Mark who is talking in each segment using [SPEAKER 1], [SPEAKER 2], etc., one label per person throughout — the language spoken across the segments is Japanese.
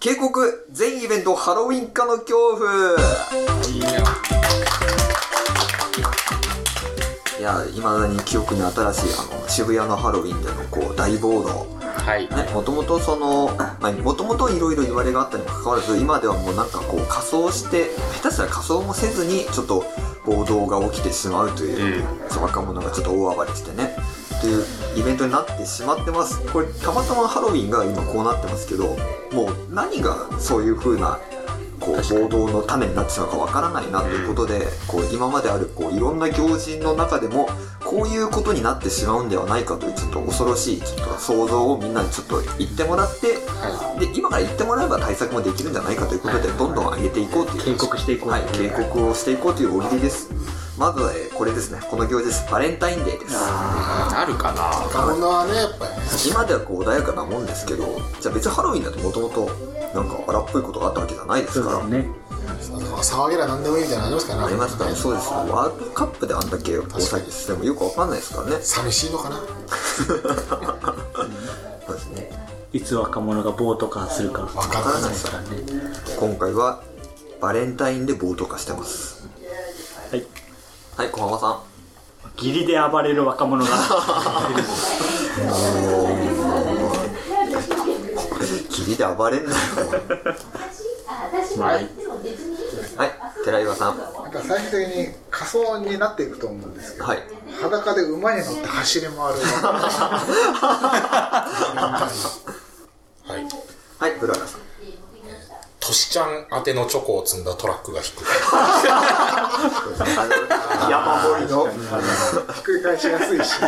[SPEAKER 1] 警告全イベントハロウィン化の恐怖
[SPEAKER 2] いいよ
[SPEAKER 1] いやいまだに記憶に新しいあの渋谷のハロウィンでのこう大暴動
[SPEAKER 2] はい
[SPEAKER 1] ね、もともとその、まあ、もともといろいろ言われがあったにもかかわらず、今ではもうなんかこう仮装して、下手したら仮装もせずに、ちょっと暴動が起きてしまうという、そう若者がちょっと大暴れしてね、というイベントになってしまってます。これ、たまたまハロウィンが今こうなってますけど、もう何がそういう風な、こう
[SPEAKER 2] 確かに
[SPEAKER 1] 暴動の種になってしまうかわからないなということで、こう今まであるこういろんな行事の中でもこういうことになってしまうんではないかというちょっと恐ろしいちょっと想像をみんなにちょっと言ってもらって
[SPEAKER 2] は
[SPEAKER 1] で今から言ってもらえば対策もできるんじゃないかということで
[SPEAKER 2] はい
[SPEAKER 1] どんどん上げていこうという
[SPEAKER 2] 警告していこう
[SPEAKER 1] はい警告をしていこうという大喜利ですまずはえーこれですねこの行事ですバレンタインデーです
[SPEAKER 2] なるかな
[SPEAKER 3] 若者はねやっぱりね
[SPEAKER 1] 今ではこう穏やかなもんですけどじゃあ別にハロウィンだともともとなんか荒っぽいことがあったわけじゃないですから
[SPEAKER 4] ね
[SPEAKER 3] 騒げりゃ何でもいいみたいなのありますからね
[SPEAKER 1] ありますからね、そうですよワールドカップであんだけ大騒ぎしてもよくわかんないですからね。
[SPEAKER 3] 寂しいのかな
[SPEAKER 1] そうですね。
[SPEAKER 4] いつ若者が暴徒化するかわ
[SPEAKER 3] わか
[SPEAKER 1] わからら
[SPEAKER 3] な
[SPEAKER 1] ない
[SPEAKER 3] い
[SPEAKER 1] です
[SPEAKER 4] か
[SPEAKER 1] かららね。
[SPEAKER 4] ね
[SPEAKER 1] 今回は、バレンタインで暴徒化してます。
[SPEAKER 4] はい
[SPEAKER 1] はい、小浜さ
[SPEAKER 4] 義理で暴れる若 者が
[SPEAKER 1] ん。霧で暴れんなよ。
[SPEAKER 4] はい
[SPEAKER 1] はい、寺岩さん。は
[SPEAKER 5] なんか最終的に仮装になっていくと思うんですけど、
[SPEAKER 1] い。
[SPEAKER 5] 裸で馬に乗って走り回る
[SPEAKER 2] はい
[SPEAKER 1] はい、ブラガさん。
[SPEAKER 2] トシちゃん宛てのチョコを積んだトラックが引く
[SPEAKER 1] 山盛りの。こ
[SPEAKER 5] ひっくり返しやすいし
[SPEAKER 1] れ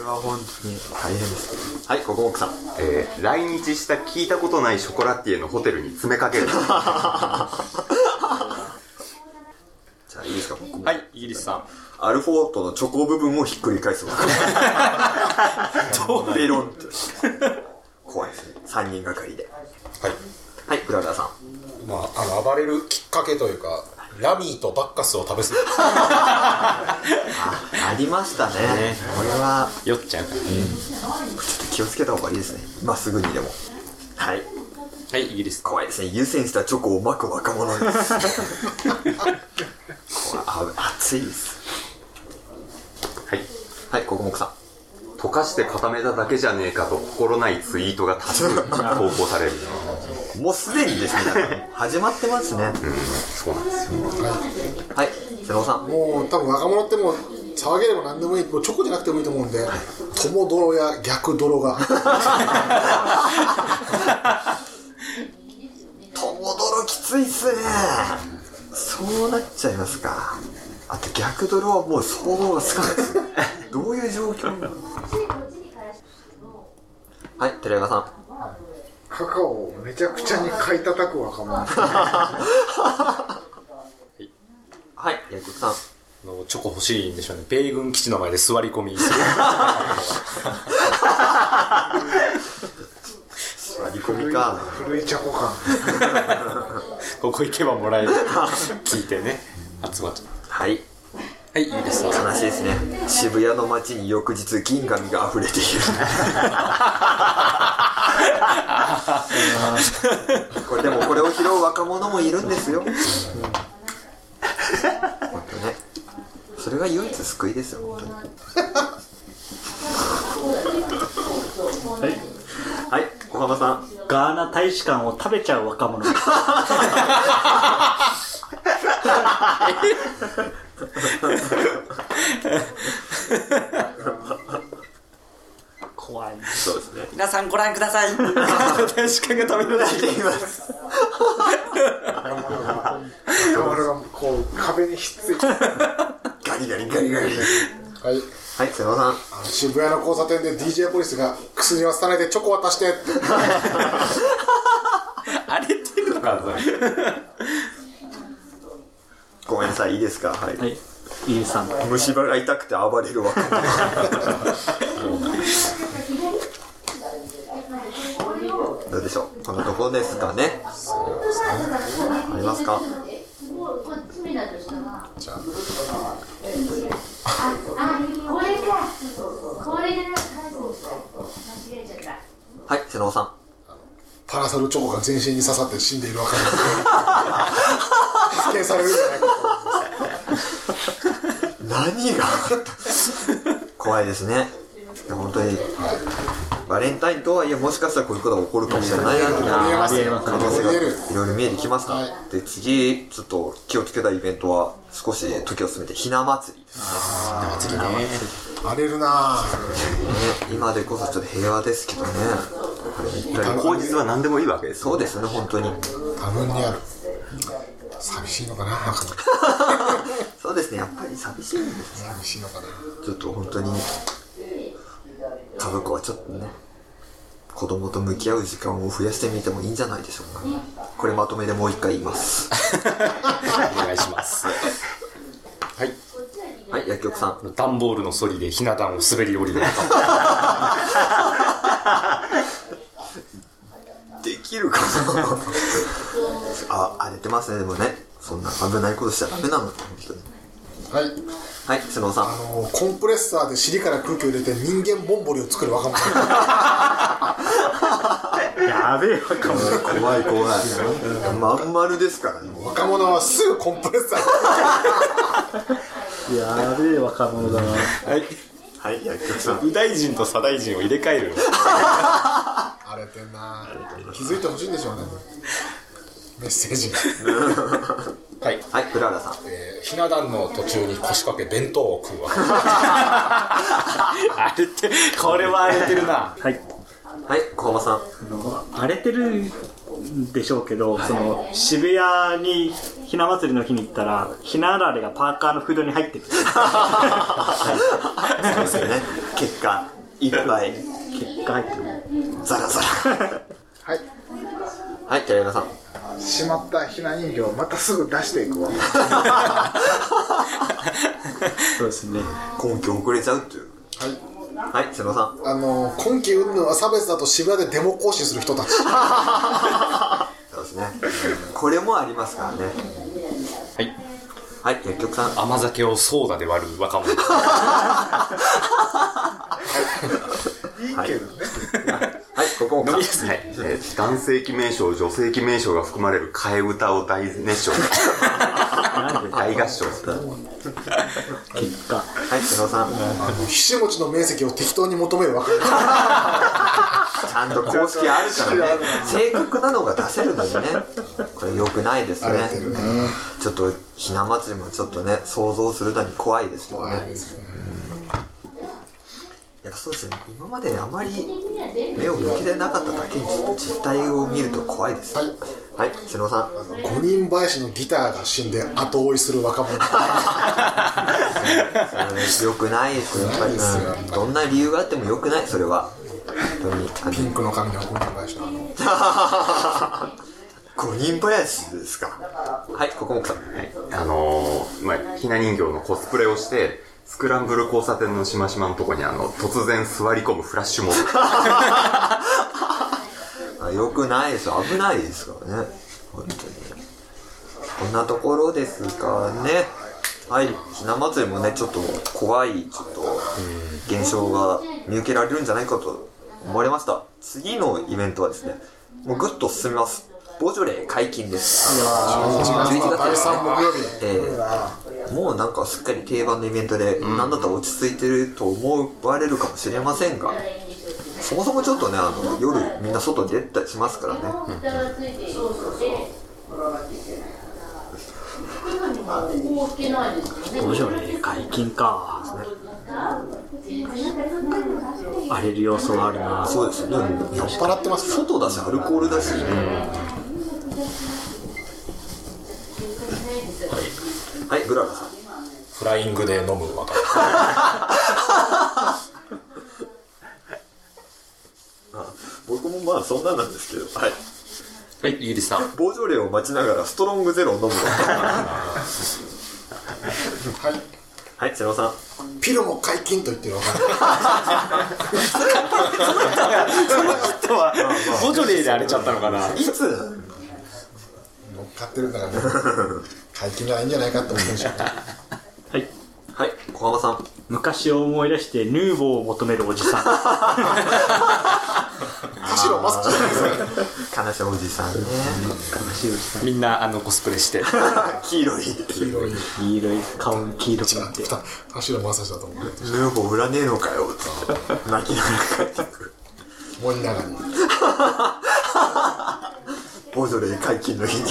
[SPEAKER 1] は本当に大変です。はい、ここ奥さん。
[SPEAKER 6] えー来日した聞いたことないショコラティエのホテルに詰めかける
[SPEAKER 1] じゃあいいですか、僕も
[SPEAKER 2] はいイギリスさん
[SPEAKER 1] アルフォートのチョコ部分をひっくり返すわ。どうベロンって。怖いですね。3人がかりで。
[SPEAKER 2] はい
[SPEAKER 1] はい、ブラガさん。
[SPEAKER 2] まあ、あの暴れるきっかけというかラミーとバッカスを食べ過ぎた
[SPEAKER 1] ありましたね。これは、
[SPEAKER 2] 酔っちゃうからね
[SPEAKER 1] 気をつけた方がいいですね。今すぐにでも。はい。
[SPEAKER 2] はいイギリス
[SPEAKER 1] 怖いですね。湯煎したチョコを巻く若者です。怖い。あ熱いです。
[SPEAKER 6] はい
[SPEAKER 1] はい、ここもくさん。
[SPEAKER 6] 溶かして固めただけじゃねえかと心ないツイートが多数投稿される
[SPEAKER 1] もうすでにですね、始まってますね。
[SPEAKER 6] そうなんですよ
[SPEAKER 1] はい、瀬野さん。
[SPEAKER 3] もう多分若者ってもう騒げれば何でもいいもうチョコじゃなくてもいいと思うんで友泥や逆泥が
[SPEAKER 1] 友泥きついっすね。そうなっちゃいますか。あと逆泥はもう想像がつかないです。 どういう状況なのはい、寺山さん。
[SPEAKER 5] カカオをめちゃくちゃに買い叩く若者
[SPEAKER 1] はい、ヤクさん。
[SPEAKER 2] あのチョコ欲しいんでしょうね米軍基地の前で座り込み
[SPEAKER 1] 割り込みか。
[SPEAKER 5] 古いチャコ感
[SPEAKER 2] ここ行けばもらえる聞いてね集まっちゃ
[SPEAKER 1] はい。
[SPEAKER 2] うはいイギリスさん
[SPEAKER 1] 悲しいですね。渋谷の街に翌日、銀紙が溢れている。これでも、これを拾う若者もいるんですよ。本当ね。それが唯一救いですよ、本当に。はい。はい、小浜さん。
[SPEAKER 4] ガーナ大使館を食べちゃう若者が怖い
[SPEAKER 1] そうですね。
[SPEAKER 2] 皆さんご覧ください確かに食べるだけ
[SPEAKER 5] 若者が若者がこう壁にひっついて
[SPEAKER 1] ガリガリガリガリ。
[SPEAKER 3] はい
[SPEAKER 1] はい、瀬野さん。
[SPEAKER 3] あの渋谷の交差点で DJ ポリスが薬は伝えてチョコ渡してって
[SPEAKER 2] あれっていうのかなそれ
[SPEAKER 1] ごめんなさい、いいですか。はい。
[SPEAKER 4] はいイエさん
[SPEAKER 1] 虫歯が痛くて暴れる若者。どうでしょうこのところですかね。ありますかはい、瀬野さん。
[SPEAKER 3] パラサルチョコが全身に刺さって死んでいる若者が発見されるんじゃないか
[SPEAKER 1] 何が怖いですねいや本当にバレンタインとはいえもしかしたらこういうことが起こるかもしれないなと
[SPEAKER 3] と見えます
[SPEAKER 4] ありえます
[SPEAKER 1] 可能性が
[SPEAKER 3] 見
[SPEAKER 1] い
[SPEAKER 3] える
[SPEAKER 1] ろいろ見えてきますから、
[SPEAKER 3] はい
[SPEAKER 1] で次ちょっと気をつけたいイベントは少し時を進めてひな祭りです
[SPEAKER 3] 荒れるなぁ
[SPEAKER 1] ね今でこそちょっと平和ですけどねこれ一体
[SPEAKER 6] 口実は何でもいいわけです
[SPEAKER 1] そうですね本当に
[SPEAKER 3] 多分にある寂しいのかな若者
[SPEAKER 1] そうですねやっぱり寂しいんです
[SPEAKER 3] 寂しいのかな
[SPEAKER 1] ちょっと本当に家族はちょっとね子供と向き合う時間を増やしてみてもいいんじゃないでしょうかこれまとめでもう一回言います
[SPEAKER 2] お願いしますはい
[SPEAKER 1] はい薬局さん
[SPEAKER 2] 段ボールのそりでひな壇を滑り降りると
[SPEAKER 1] できるかな あ荒れてますねでもねそんな危ないことしちゃダメなの本当に
[SPEAKER 3] はい
[SPEAKER 1] はいスノーさん
[SPEAKER 3] あのコンプレッサーで尻から空気を入れて人間ぼんぼりを作る若者
[SPEAKER 4] やべえ若者
[SPEAKER 1] 怖い怖 いまん丸ですからね
[SPEAKER 3] 若者はすぐコンプレッサー
[SPEAKER 4] やべえ若者だな
[SPEAKER 2] はい
[SPEAKER 1] はい薬局さん
[SPEAKER 2] 右大臣と左大臣を入れ替える
[SPEAKER 3] 荒れてんな気づいてほしいんでしょうねメッセージ
[SPEAKER 7] はい、
[SPEAKER 1] はいプララさん
[SPEAKER 7] えーひな壇の途中に腰掛け弁当を食うわ
[SPEAKER 2] 荒れてこれは荒れてるな
[SPEAKER 4] はい
[SPEAKER 1] はい小浜さん
[SPEAKER 4] 荒れてるんでしょうけど、その渋谷にひな祭りの日に行ったらひなあられがパーカーのフードに入 ってる
[SPEAKER 1] そうですよね結果いっぱい
[SPEAKER 4] 結果入ってる
[SPEAKER 1] ザラザラ
[SPEAKER 5] はい
[SPEAKER 1] はい寺山さん
[SPEAKER 5] しまったひな人形またすぐ出していくわ
[SPEAKER 4] そうですね
[SPEAKER 1] 根拠遅れちゃうっていうはいはい瀬野さん
[SPEAKER 3] あの今季云々は差別だと渋谷でデモ行進する人たち
[SPEAKER 1] そうですねこれもありますからね
[SPEAKER 2] はい
[SPEAKER 1] はい薬局さん
[SPEAKER 2] 甘酒をソーダで割る若者
[SPEAKER 5] いいけどね、
[SPEAKER 1] はいここも
[SPEAKER 2] 飲みやすい
[SPEAKER 6] えー男性記名称、女性記名称が含まれる替え歌を大熱唱。大合唱する。
[SPEAKER 4] 結果
[SPEAKER 1] はい瀬野さん
[SPEAKER 3] ひしもちの面積を適当に求める若者
[SPEAKER 1] ちゃんと公式 あるからね正確なのが出せるんだよねこれ良くないですねちょっとひな祭りもちょっとね想像するのに怖いですけどねやっぱそうですね今まであまり目を向けてなかっただけにちょっと実態を見ると怖いですはい、はい、瀬野さん
[SPEAKER 3] 五人林のギターが死んで後追いする若者
[SPEAKER 1] よくないですよやっぱり、うんどんな理由があってもよくないそれは本当にあの
[SPEAKER 3] ピンクの髪の五人林のあの
[SPEAKER 1] 五人林ですかはいここもさん
[SPEAKER 6] あのーまあ、ひな人形のコスプレをして、スクランブル交差点のしましまのとこにあの、突然座り込むフラッシュモブ。
[SPEAKER 1] あよくないですよ危ないですからね本当にこんなところですかねはいひな祭りもねちょっと怖いちょっと現象が見受けられるんじゃないかと思われました次のイベントはですねもうぐっと進みますボジョレー解禁です11月
[SPEAKER 3] 第三木曜日
[SPEAKER 1] えーもうなんかすっかり定番のイベントで、なんだったら落ち着いてると思われるかもしれませんが、そもそもちょっとね、あの夜みんな外に出たりしますからね。
[SPEAKER 4] 五条で解禁か荒れる要素はあるな
[SPEAKER 1] そうですよね。酔っ払ってます。外だし、アルコールだし。はい、グララさん。
[SPEAKER 7] フライングで飲む若者
[SPEAKER 1] 僕もまあそんななんですけど、はい。
[SPEAKER 7] はいゆりさん
[SPEAKER 1] ボージョレーを待ちながらストロングゼロを 飲む。はい。はい、瀬野さん。
[SPEAKER 3] ピルも解禁と言ってる若者
[SPEAKER 2] とはボジョレーで荒れちゃったの かない
[SPEAKER 1] つ
[SPEAKER 3] 乗っかってるからね解禁ならいいんじゃないかって思ってるし
[SPEAKER 4] はい
[SPEAKER 1] はい、小浜さん。
[SPEAKER 4] 昔を思い出してヌーボーを求めるおじさん
[SPEAKER 3] 田代マスクじゃないですか
[SPEAKER 1] 悲しいおじさんね
[SPEAKER 2] みんなあのコスプレして
[SPEAKER 1] 黄色い
[SPEAKER 3] 黄色い
[SPEAKER 4] 黄色い顔に黄色くなって
[SPEAKER 3] 田田代正史だと思う
[SPEAKER 1] それよく売らねえのかよつって泣きながら帰ってくる
[SPEAKER 3] 森永に
[SPEAKER 1] ボジョレー解禁の日に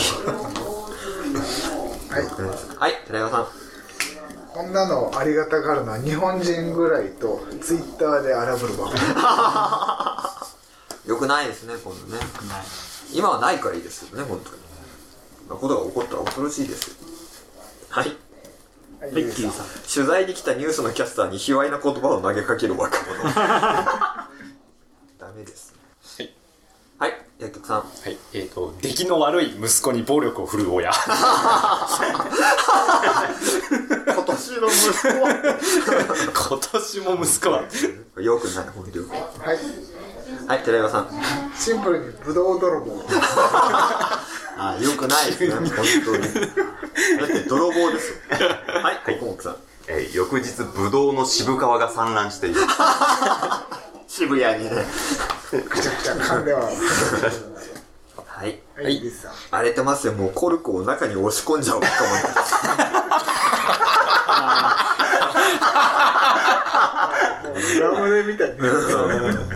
[SPEAKER 1] はい寺山さん
[SPEAKER 5] こんなのありがたがるのは日本人ぐらいとツイッターで荒ぶるわ
[SPEAKER 1] よくないですね今度ね今はないからいいですけどね本当にそんなことが起こったら恐ろしいですよはい
[SPEAKER 4] ベッキーさん
[SPEAKER 1] 取材に来たニュースのキャスターに卑猥な言葉を投げかける若 者ダメですねはい薬局さん
[SPEAKER 2] はいえー、と出来の悪い息子に暴力を振るう 親
[SPEAKER 1] 今年の息
[SPEAKER 2] 今年も息子は
[SPEAKER 1] 子よくない本当に
[SPEAKER 5] はい
[SPEAKER 1] はい寺岩さん
[SPEAKER 5] シンプルにブドウ泥棒
[SPEAKER 1] あよく ないですね本当にだって泥棒ですよはい奥本さん
[SPEAKER 6] えー翌日ブドウの渋皮が散乱している
[SPEAKER 1] 渋谷にね
[SPEAKER 5] くちゃくちゃ噛んでは
[SPEAKER 1] はい
[SPEAKER 5] はいいですさ
[SPEAKER 1] 荒れてますよもうコルクを中に押し込んじゃうかも
[SPEAKER 5] ドラムで見たいね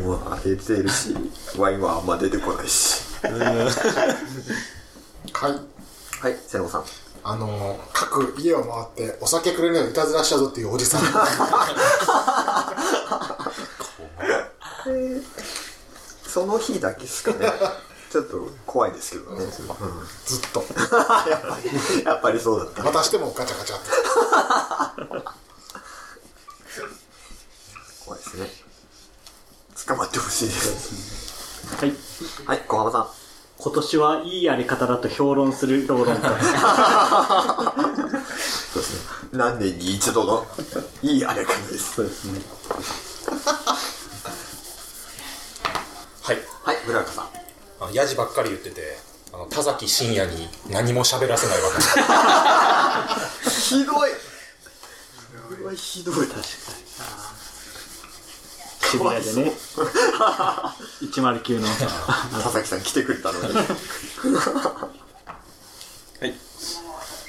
[SPEAKER 1] もう荒れてるしワインはあんま出てこないし
[SPEAKER 3] はい
[SPEAKER 1] はい瀬野さん
[SPEAKER 3] あの各家を回ってお酒くれるようにいたずらしたぞっていうおじさん
[SPEAKER 1] その日だけし かねちょっと怖いですけどね、うん
[SPEAKER 3] ずっと
[SPEAKER 1] やっぱりやっぱりそうだった
[SPEAKER 3] またしてもガチャガチャって
[SPEAKER 1] 怖いですね捕まってほしいです
[SPEAKER 4] はい
[SPEAKER 1] はい小浜さん
[SPEAKER 4] 今年はいいやり方だと評論する評論家
[SPEAKER 1] そうですね何年に一度のいいあれかです
[SPEAKER 4] そうですね
[SPEAKER 7] はい
[SPEAKER 1] はい村岡さん
[SPEAKER 7] あのヤジばっかり言っててあの田崎真也に何も喋らせないわけ
[SPEAKER 1] ひどいこれはひどい確か
[SPEAKER 4] 渋谷で ね109の
[SPEAKER 1] に田崎さん来てくれたの にはい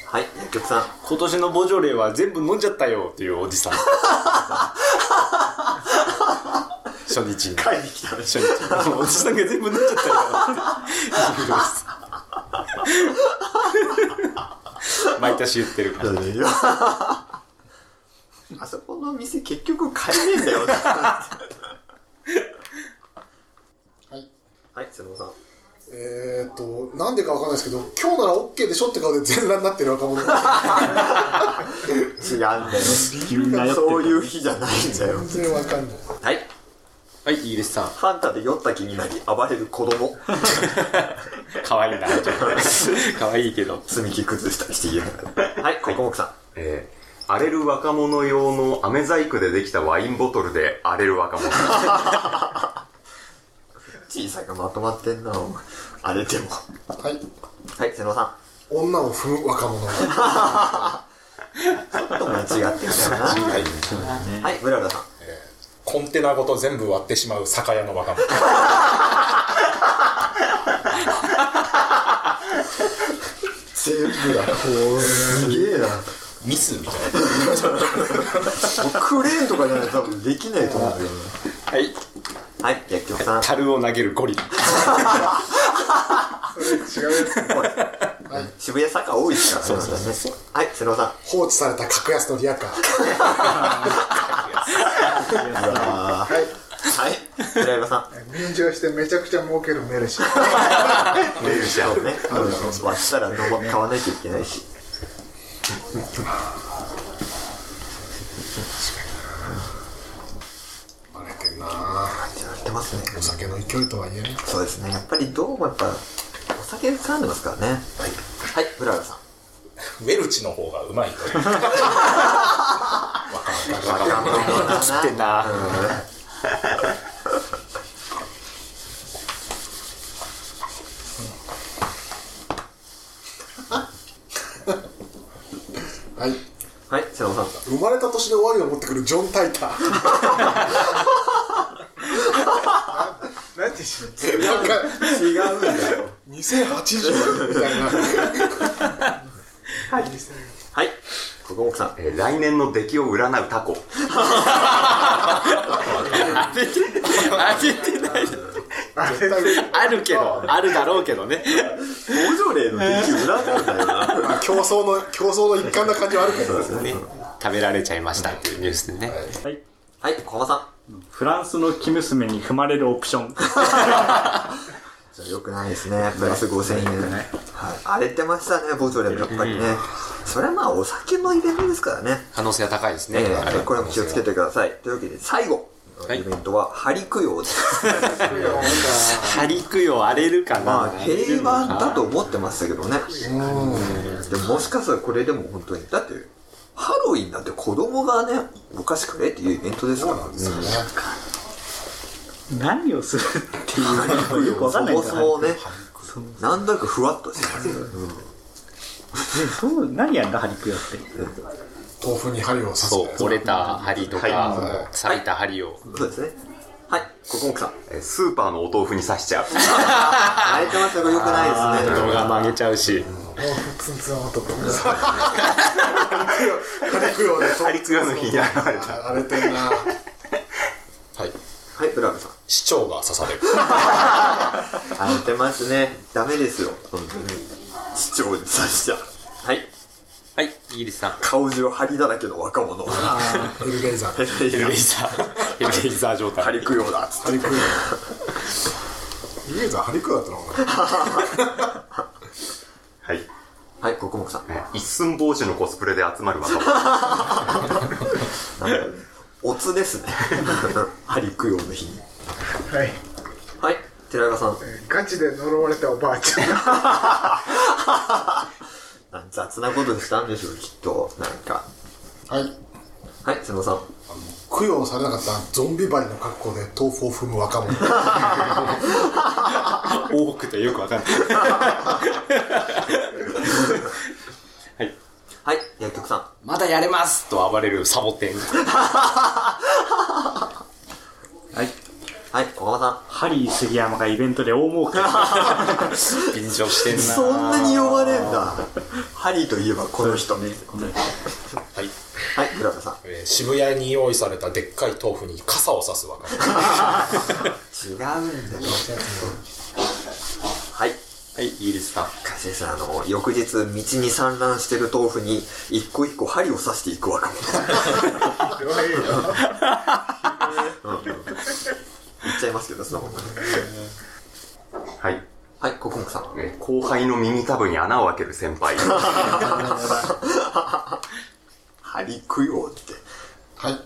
[SPEAKER 1] はい薬局さん
[SPEAKER 2] 今年のボジョレーは全部飲んじゃったよっていうお じさん 初日に
[SPEAKER 1] 会に来たね
[SPEAKER 2] 初日におじさんが全部飲んじゃったよって毎年言ってるから
[SPEAKER 1] あそこの店結局買えねえんだよ
[SPEAKER 3] はい
[SPEAKER 1] はい瀬野さん
[SPEAKER 3] えー、っとなんでかわかんないですけど今日なら OK でしょって顔で全裸になってる若者全
[SPEAKER 1] 違うんだよ
[SPEAKER 4] 急に迷ってる
[SPEAKER 1] そういう日じゃないんだよ
[SPEAKER 3] 然わかんない
[SPEAKER 1] はい
[SPEAKER 2] はいイギリスさん
[SPEAKER 1] ファンタで酔った気になり暴れる子供
[SPEAKER 2] 可愛いな可愛いけど
[SPEAKER 1] 積み木崩したりして家のはい国木さ
[SPEAKER 6] えー荒れる若者用の飴細工でできたワインボトルで荒れる若者
[SPEAKER 1] ん小さいがまとまってんなお前荒れても
[SPEAKER 3] はい
[SPEAKER 1] はい瀬野さ
[SPEAKER 3] 女を踏む若者
[SPEAKER 1] んちょっと間違ってるんだよなはい村浦さん
[SPEAKER 7] コンテナごと全部割ってしまう酒屋の若者
[SPEAKER 1] 全部だすげえな
[SPEAKER 7] ミスみたい
[SPEAKER 1] クレーンとかじゃないと多分できないと思うんだよ
[SPEAKER 2] はい
[SPEAKER 1] なはい薬局さん
[SPEAKER 2] 樽を投げるゴリラ
[SPEAKER 1] 渋谷坂多いですからねはい瀬野さん
[SPEAKER 3] 放置された格安のリアカー
[SPEAKER 1] はい平山さん
[SPEAKER 5] 便乗してめちゃくちゃ儲けるメルシー
[SPEAKER 6] メルシャ
[SPEAKER 1] ね、割ったら飲ま買わなきゃいけないし。
[SPEAKER 3] バレてんなあ
[SPEAKER 1] ってなってますね。
[SPEAKER 3] お酒の勢いとはいえね
[SPEAKER 1] そうですね。やっぱりどうもやっぱ、お酒絡んでますからね。はい、ブララさん。
[SPEAKER 7] ウェルチの方がうまいという
[SPEAKER 2] 切ってんな
[SPEAKER 3] はい
[SPEAKER 1] はい、瀬野さん。
[SPEAKER 3] 生まれた年で終わりを持ってくるジョン・タイター
[SPEAKER 5] なんて
[SPEAKER 3] なんか
[SPEAKER 1] 違うんだよ
[SPEAKER 3] 2080みたいな
[SPEAKER 1] はいここ奥さん
[SPEAKER 6] えー来年の出来を占うタコ
[SPEAKER 2] 絶対 あるけどあるだろうけどね
[SPEAKER 1] ボジョレーの出来裏なんだよな
[SPEAKER 3] まあ競争の競争の一環な感じはあるけど
[SPEAKER 2] ね食べられちゃいましたっていうニュースでね
[SPEAKER 4] はい
[SPEAKER 1] はい小浜さ
[SPEAKER 4] フランスの生娘に踏まれるオプショ ン
[SPEAKER 1] んよくないですねプラス5000円、はい、荒れてましたねボジョレーもやっぱりね、それはまあお酒のイベントですからね
[SPEAKER 2] 可能性は高いですね
[SPEAKER 1] え
[SPEAKER 2] あ
[SPEAKER 1] え
[SPEAKER 2] れ
[SPEAKER 1] これも気をつけてくださいというわけで最後の
[SPEAKER 2] はい
[SPEAKER 1] イベントは張り供養です、
[SPEAKER 2] 張り供養荒れるかな、
[SPEAKER 1] まあ平和だと思ってましたけどねでももしかしたらこれでも本当にだってハロウィンなんて子供がねお菓子くれっていうイベントですから
[SPEAKER 4] 何をするっていうのよくわかんないん
[SPEAKER 1] そ
[SPEAKER 4] だ
[SPEAKER 1] も
[SPEAKER 4] よ
[SPEAKER 1] そもねなんとなくふわっとしてます
[SPEAKER 4] ねそう何やんだハリクヨって
[SPEAKER 3] 豆腐に針を刺す
[SPEAKER 2] そう折れた針とか、咲いた針を
[SPEAKER 1] そうですねはいここ奥さん
[SPEAKER 6] えースーパーのお豆腐に刺しちゃう
[SPEAKER 1] あれてましたこれよくないですね
[SPEAKER 2] 動画曲げちゃうし
[SPEAKER 5] ツンツン男
[SPEAKER 3] 針供養で
[SPEAKER 6] 張り供養の日に現れた
[SPEAKER 3] 荒れてるな
[SPEAKER 7] はい
[SPEAKER 1] はいブラウンさん
[SPEAKER 7] 市長が刺される
[SPEAKER 1] 荒れてますねダメですよ本当に市長に刺しちゃうはい
[SPEAKER 2] はいイギリスさん
[SPEAKER 1] 顔中針だらけの若者
[SPEAKER 3] ヘルレイザ ー
[SPEAKER 1] ヘル
[SPEAKER 2] レイザーヘルレイザー状態
[SPEAKER 1] 針供養だっつって
[SPEAKER 3] 針供養ヘルレイザー針供養だったのかな
[SPEAKER 6] はい
[SPEAKER 1] はいここもさん
[SPEAKER 6] えー一寸法師のコスプレで集まる若者
[SPEAKER 1] おつ ですね針供養の日に
[SPEAKER 5] はい
[SPEAKER 1] はい寺川さん
[SPEAKER 5] ガチで呪われたおばあちゃん
[SPEAKER 1] なん雑なことしたんでしょうきっとなんか
[SPEAKER 3] はい
[SPEAKER 1] はい瀬野さん
[SPEAKER 3] 供養されなかったゾンビ針の格好で豆腐を踏む若者
[SPEAKER 2] 多くてよくわかんない
[SPEAKER 1] はい薬局さん
[SPEAKER 2] まだやれますと暴れるサボテン
[SPEAKER 1] はいはい小川さ
[SPEAKER 4] ハリー杉山がイベントで大儲け
[SPEAKER 2] 便乗してん
[SPEAKER 1] ん
[SPEAKER 2] な
[SPEAKER 1] そんなに呼ばれんだハリーといえばこの人ね
[SPEAKER 7] はい、
[SPEAKER 1] はい寺川さん
[SPEAKER 7] えー渋谷に用意されたでっかい豆腐に傘を刺す若者
[SPEAKER 1] 違うんだよはい
[SPEAKER 2] はいイギリスさん
[SPEAKER 1] 加瀬さんあの翌日道に散乱してる豆腐に一個一個針を刺していく若者言っちゃいますけどそのまま
[SPEAKER 6] はい
[SPEAKER 1] はいココモコさん
[SPEAKER 6] えー後輩の耳たぶに穴を開ける先輩
[SPEAKER 1] 針食いよって
[SPEAKER 3] はい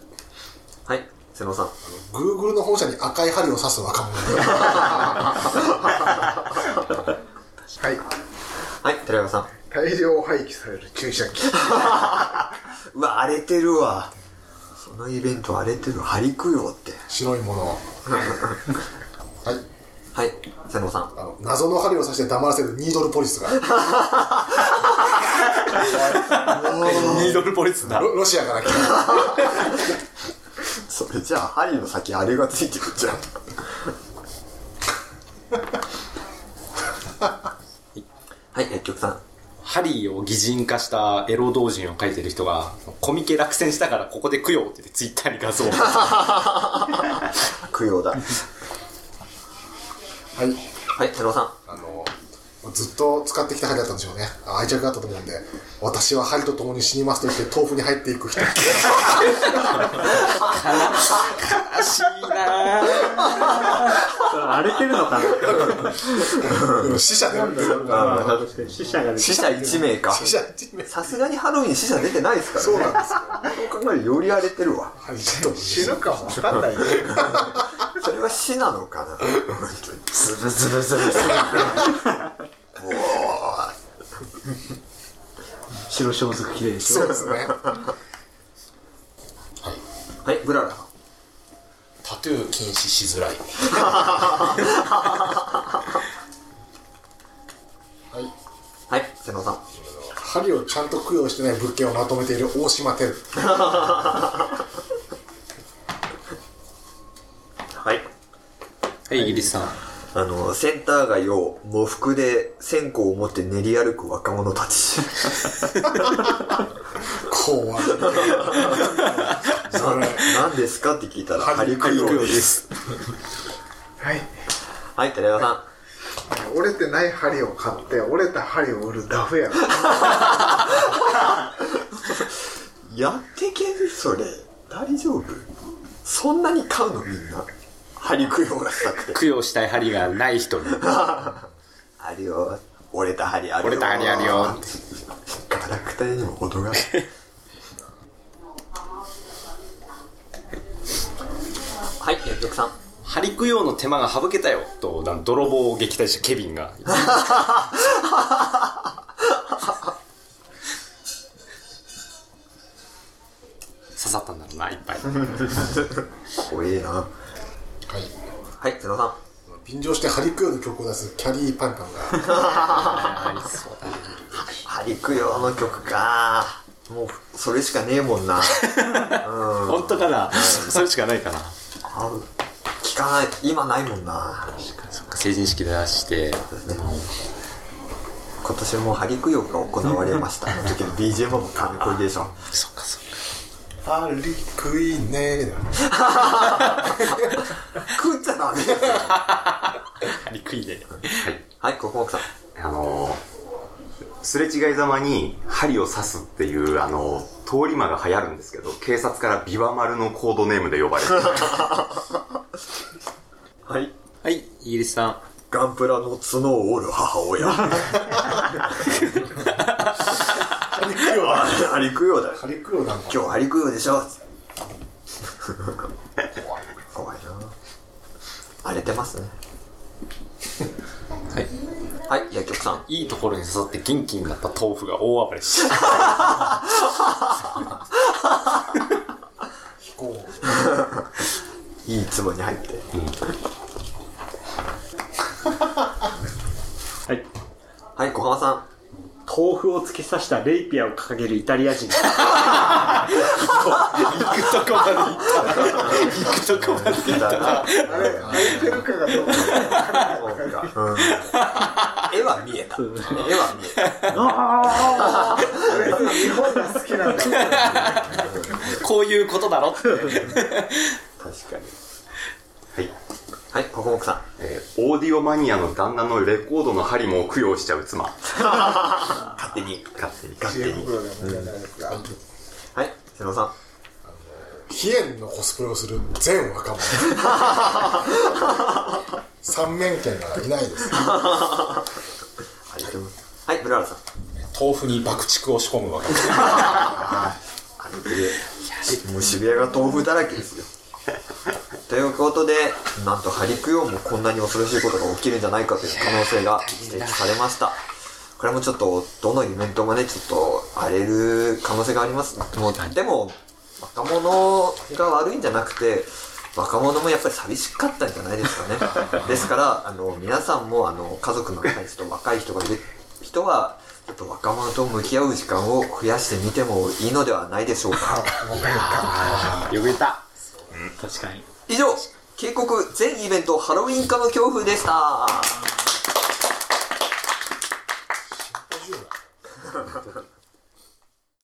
[SPEAKER 1] はい瀬野さん
[SPEAKER 3] Google の本社に赤い針を刺す若者
[SPEAKER 5] はい
[SPEAKER 1] はい寺山さん
[SPEAKER 5] 大量廃棄される注射器
[SPEAKER 1] うわ荒れてるわそのイベント荒れてる針食いよって
[SPEAKER 3] 白いものをはい
[SPEAKER 1] はい瀬野さん
[SPEAKER 3] あの謎の針を刺して黙らせるニードルポリスが
[SPEAKER 2] ニードルポリスだ
[SPEAKER 3] ロロシアから来た
[SPEAKER 1] それじゃあ針の先あれがついてくっちゃうはい薬局さん
[SPEAKER 2] ハリーを擬人化したエロ同人を描いてる人がコミケ落選したからここで供養って言ってツイッターに 画像を
[SPEAKER 1] 供養だ
[SPEAKER 3] はい
[SPEAKER 1] はい寺尾さん
[SPEAKER 3] あのずっと使ってきた針だったんでしょうね愛着があったと思うんで私は針と共に死にますと言って豆腐に入っていく人
[SPEAKER 4] 荒れてるのか
[SPEAKER 3] うん死者出るんですよ
[SPEAKER 4] な死者が出て
[SPEAKER 1] 死者1名か
[SPEAKER 3] 死者一名
[SPEAKER 1] さすがにハロウィン死者出てないですからね
[SPEAKER 3] そうなんですよ
[SPEAKER 1] そう考えるとより荒れてるわ
[SPEAKER 3] 針 と
[SPEAKER 5] 死ぬかも分かんないよ
[SPEAKER 1] それは死なのかなズブズブズブ
[SPEAKER 4] 白装束綺麗でし
[SPEAKER 3] そう
[SPEAKER 4] ょ
[SPEAKER 3] ですね
[SPEAKER 1] はいブララさん
[SPEAKER 7] タトゥー禁止しづらい
[SPEAKER 1] はい瀬野さん
[SPEAKER 3] 針をちゃんと供養してない物件をまとめている大島テル
[SPEAKER 1] はい
[SPEAKER 2] はいイギリスさん
[SPEAKER 1] あの、センター街を喪服で線香を持って練り歩く若者たち。
[SPEAKER 3] 怖いねそれ
[SPEAKER 1] 何ですかって聞いたら、
[SPEAKER 3] ハ
[SPEAKER 1] ハ
[SPEAKER 3] リ
[SPEAKER 1] リ
[SPEAKER 3] ク
[SPEAKER 1] ク
[SPEAKER 3] イ
[SPEAKER 1] イ
[SPEAKER 3] ロ
[SPEAKER 1] ロ
[SPEAKER 3] ウ
[SPEAKER 1] ウ
[SPEAKER 3] で
[SPEAKER 1] です。
[SPEAKER 5] はい
[SPEAKER 1] はい、寺山さん。
[SPEAKER 5] 折れてない針を買って折れた針を売るダフ屋
[SPEAKER 1] やってけるそれ。大丈夫そんなに買うのみんな。ハリクイロウがしたくて。
[SPEAKER 2] 供養したい針がない人に
[SPEAKER 1] あるよ。折れた針あるよ。
[SPEAKER 2] 折れた針あるよって
[SPEAKER 1] ガラクタにも程がある。 はい、薬局さん。
[SPEAKER 2] 針供養の手間が省けたよとだ泥棒を撃退したケビンが 刺さったんだろうないっ ぱい
[SPEAKER 1] 怖えな。は
[SPEAKER 3] はい
[SPEAKER 1] い、瀬野さん。
[SPEAKER 3] 便乗してハリクヨの曲を出すキャリーパンパンが
[SPEAKER 1] ハリクヨの曲か。もう、それしかねえもんな。
[SPEAKER 2] 本当かな それしかないかな
[SPEAKER 1] あ聞かない、今ないもんな。
[SPEAKER 2] 成人式出して
[SPEAKER 1] 今年もハリクヨが行われました。あの時の BGM も完コリでしょ。
[SPEAKER 2] そっかそっか
[SPEAKER 3] ハリクイねーだ
[SPEAKER 1] 食っちゃダメですよ
[SPEAKER 2] 針食いで
[SPEAKER 6] はい。
[SPEAKER 1] はい、ここ奥さん。
[SPEAKER 6] あのすれ違いざまに針を刺すっていう、あの通り魔が流行るんですけど、警察からビワ丸のコードネームで呼ばれてる。
[SPEAKER 1] はい。
[SPEAKER 2] はいイギリスさん
[SPEAKER 1] ガンプラの角を折る母親。ハリクヨだ。ハリクヨだ。
[SPEAKER 3] ハリクヨなんか
[SPEAKER 1] 今日ハリクヨでしょ。怖いな。荒れてますね。
[SPEAKER 2] は
[SPEAKER 1] は
[SPEAKER 2] い
[SPEAKER 1] い、薬局さん。
[SPEAKER 2] いいところに刺さって元気になった豆腐が大暴れし
[SPEAKER 3] 飛行
[SPEAKER 1] いい壺に入って。
[SPEAKER 4] はい
[SPEAKER 1] はい、小浜さん。
[SPEAKER 4] 豆腐を突き刺したレイピアを掲げるイタリア人
[SPEAKER 2] 行くとこまで行った 行くとこまで 行った
[SPEAKER 5] あれ空いてるかがどうか
[SPEAKER 1] 絵は見えた。絵は見えた。
[SPEAKER 5] あれ 日本が好きなんだ
[SPEAKER 2] こういうことだろって
[SPEAKER 1] 確かに。
[SPEAKER 6] はい。
[SPEAKER 1] はい、ここ奥さん。
[SPEAKER 6] えーオーディオマニアの旦那のレコードの針も供養しちゃう妻。
[SPEAKER 1] 勝手に。
[SPEAKER 6] 勝手に。
[SPEAKER 1] 勝手
[SPEAKER 5] CM
[SPEAKER 1] に。
[SPEAKER 5] 袋でもいいじゃないですか
[SPEAKER 1] はい、瀬野さん。
[SPEAKER 3] ヒエンのコスプレをする全若者三面犬がいないです
[SPEAKER 1] ありがとうございます。はい、ブラールさん。
[SPEAKER 7] 豆腐に爆竹を仕込むわけです
[SPEAKER 1] あのえもう渋谷が豆腐だらけですよ。ということで、なんとハリクヨウもこんなに恐ろしいことが起きるんじゃないかという可能性が指摘されました。これもちょっと、どのイベントもね、ちょっと荒れる可能性があります。もうでも、若者が悪いんじゃなくて、若者もやっぱり寂しかったんじゃないですかね。ですから、あの、皆さんも、あの、家族の中にちょっと若い人がいる人は、ちょっと若者と向き合う時間を増やしてみてもいいのではないでしょうか。
[SPEAKER 2] よく言った
[SPEAKER 4] 確かに
[SPEAKER 1] 以上、警告全イベントハロウィン化の恐怖でした。は